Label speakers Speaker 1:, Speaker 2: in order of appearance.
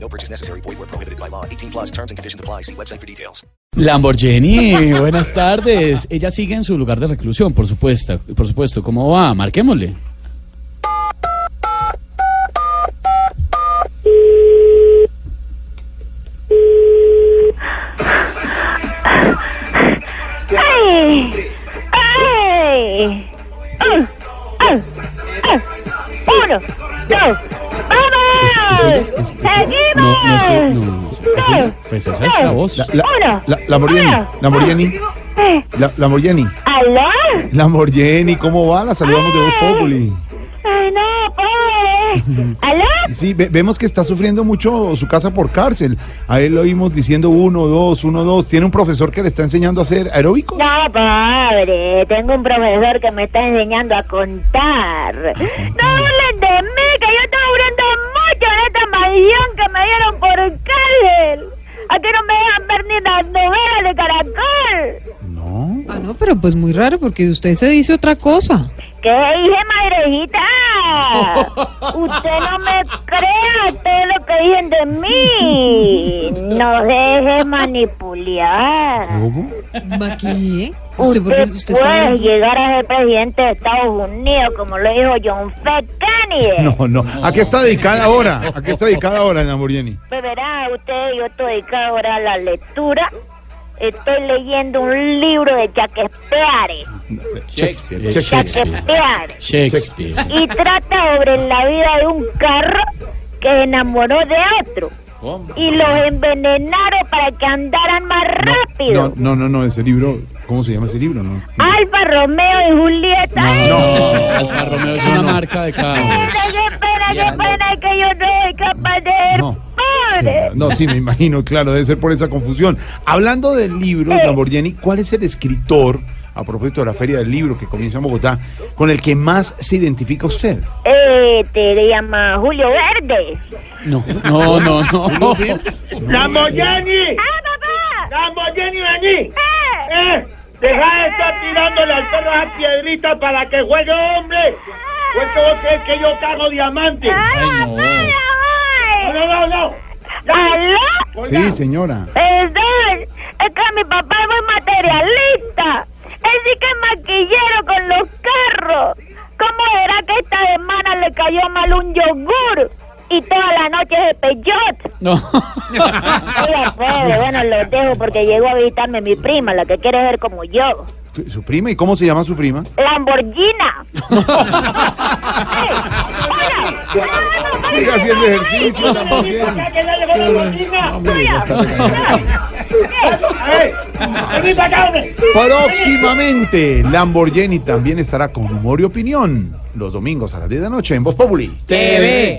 Speaker 1: No purchase necessary. Void where prohibited by law. 18 plus terms and conditions apply. See website for details.
Speaker 2: Lamborghini, buenas tardes. Ella sigue en su lugar de reclusión, por supuesto. Por supuesto, ¿cómo va? Marquémosle.
Speaker 3: ¡Ay! ¡Ay! ¡Ay! ¡Ay! ¡Ay! ¡Uno, dos, vamos!
Speaker 2: No, no, es su-
Speaker 3: ¡Seguimos!
Speaker 2: no, es- es- pues esa es la voz.
Speaker 4: La,
Speaker 3: Hola.
Speaker 4: la, Lamborghini,
Speaker 3: Hola.
Speaker 4: Lamborghini,
Speaker 3: Eh,
Speaker 4: la, Lamborghini,
Speaker 3: ¿Aló?
Speaker 4: Lamborghini, ¿cómo va? La saludamos de Voz Populi.
Speaker 3: Ay, no, pobre. ¿Aló?
Speaker 4: Sí, ve- vemos que está sufriendo mucho su casa por cárcel. A él lo oímos diciendo uno, dos, uno, dos. Tiene un profesor que le está enseñando a hacer aeróbico.
Speaker 3: No, pobre, tengo un profesor que me está enseñando a contar. No hablen de mí, que yo estoy durando mucho de esta maldición que me dieron por cárcel. Aquí no me dejan ver ni las novelas de caracol.
Speaker 4: No.
Speaker 5: Ah, no, pero pues muy raro porque usted se dice otra cosa.
Speaker 3: ¿Qué dije, madrejita? Usted no me crea todo lo que dicen de mí. No deje manipular.
Speaker 4: ¿Cómo?
Speaker 5: Maquille. ¿eh?
Speaker 3: Usted,
Speaker 5: Usted, porque usted está
Speaker 3: puede
Speaker 5: hablando-
Speaker 3: llegar a ser presidente de Estados Unidos, como lo dijo John F. Kennedy.
Speaker 4: No, no. ¿A qué está dedicada ahora? ¿A qué está dedicada ahora, Lamborghini?
Speaker 3: Pues verá, usted, yo estoy dedicado ahora a la lectura. Estoy leyendo un libro de Shakespeare.
Speaker 4: Shakespeare.
Speaker 2: Shakespeare.
Speaker 3: Shakespeare.
Speaker 2: Shakespeare.
Speaker 3: Y trata sobre la vida de un carro que se enamoró de otro. Y los envenenaron para que andaran más rápido.
Speaker 4: No, no, no, no, ese libro, ¿cómo se llama ese libro? No.
Speaker 3: Alfa Romeo y Julieta. ¡Ay!
Speaker 2: No, Alfa Romeo es una marca de carros.
Speaker 3: Espera, qué pena, qué pena que yo no soy capaz de ser
Speaker 4: No.
Speaker 3: pobre.
Speaker 4: No, sí, me imagino, claro, debe ser por esa confusión. Hablando del libro, Lamborghini, ¿cuál es el escritor, a propósito de la Feria del Libro que comienza en Bogotá, con el que más se identifica usted?
Speaker 3: Eh, te llama Julio Verde.
Speaker 2: No, no, no, no.
Speaker 6: ¡Lamborghini!
Speaker 3: ¡Ah, papá!
Speaker 6: ¡Lamborghini, vení!
Speaker 3: ¡Eh!
Speaker 6: ¡Eh! ¡Deja de estar tirándole al perro a piedrita para que juegue, hombre! ¿Pues cómo crees que yo cago diamante?
Speaker 3: ¡Ay,
Speaker 2: Ay, no.
Speaker 3: papá,
Speaker 6: ¡No,
Speaker 3: ya voy!
Speaker 6: no, no! no. ¡Ya!
Speaker 3: ¿Aló?
Speaker 4: Sí, señora.
Speaker 3: Perdón, es que mi papá es muy materialista. Él sí que es maquillero con los carros. ¿Cómo era que esta semana le cayó mal un yogur? Y toda la noche se peyot.
Speaker 2: No.
Speaker 3: Oiga, Fede, bueno, los dejo porque llegó a visitarme mi prima, la que quiere ser como yo.
Speaker 4: ¿Su prima? ¿Y cómo se llama su prima?
Speaker 3: Lamborghina.
Speaker 4: Siga haciendo ejercicio, Lamborghini.
Speaker 6: ¡Ya que ya llegó la bocina!
Speaker 4: Hombre, ya está regañado.
Speaker 6: ¡Eh! ¡Vení para acá, hombre!
Speaker 4: Próximamente, Lamborghini también estará con humor y opinión los domingos a las 10 de la noche en Voz Populi.
Speaker 2: TV.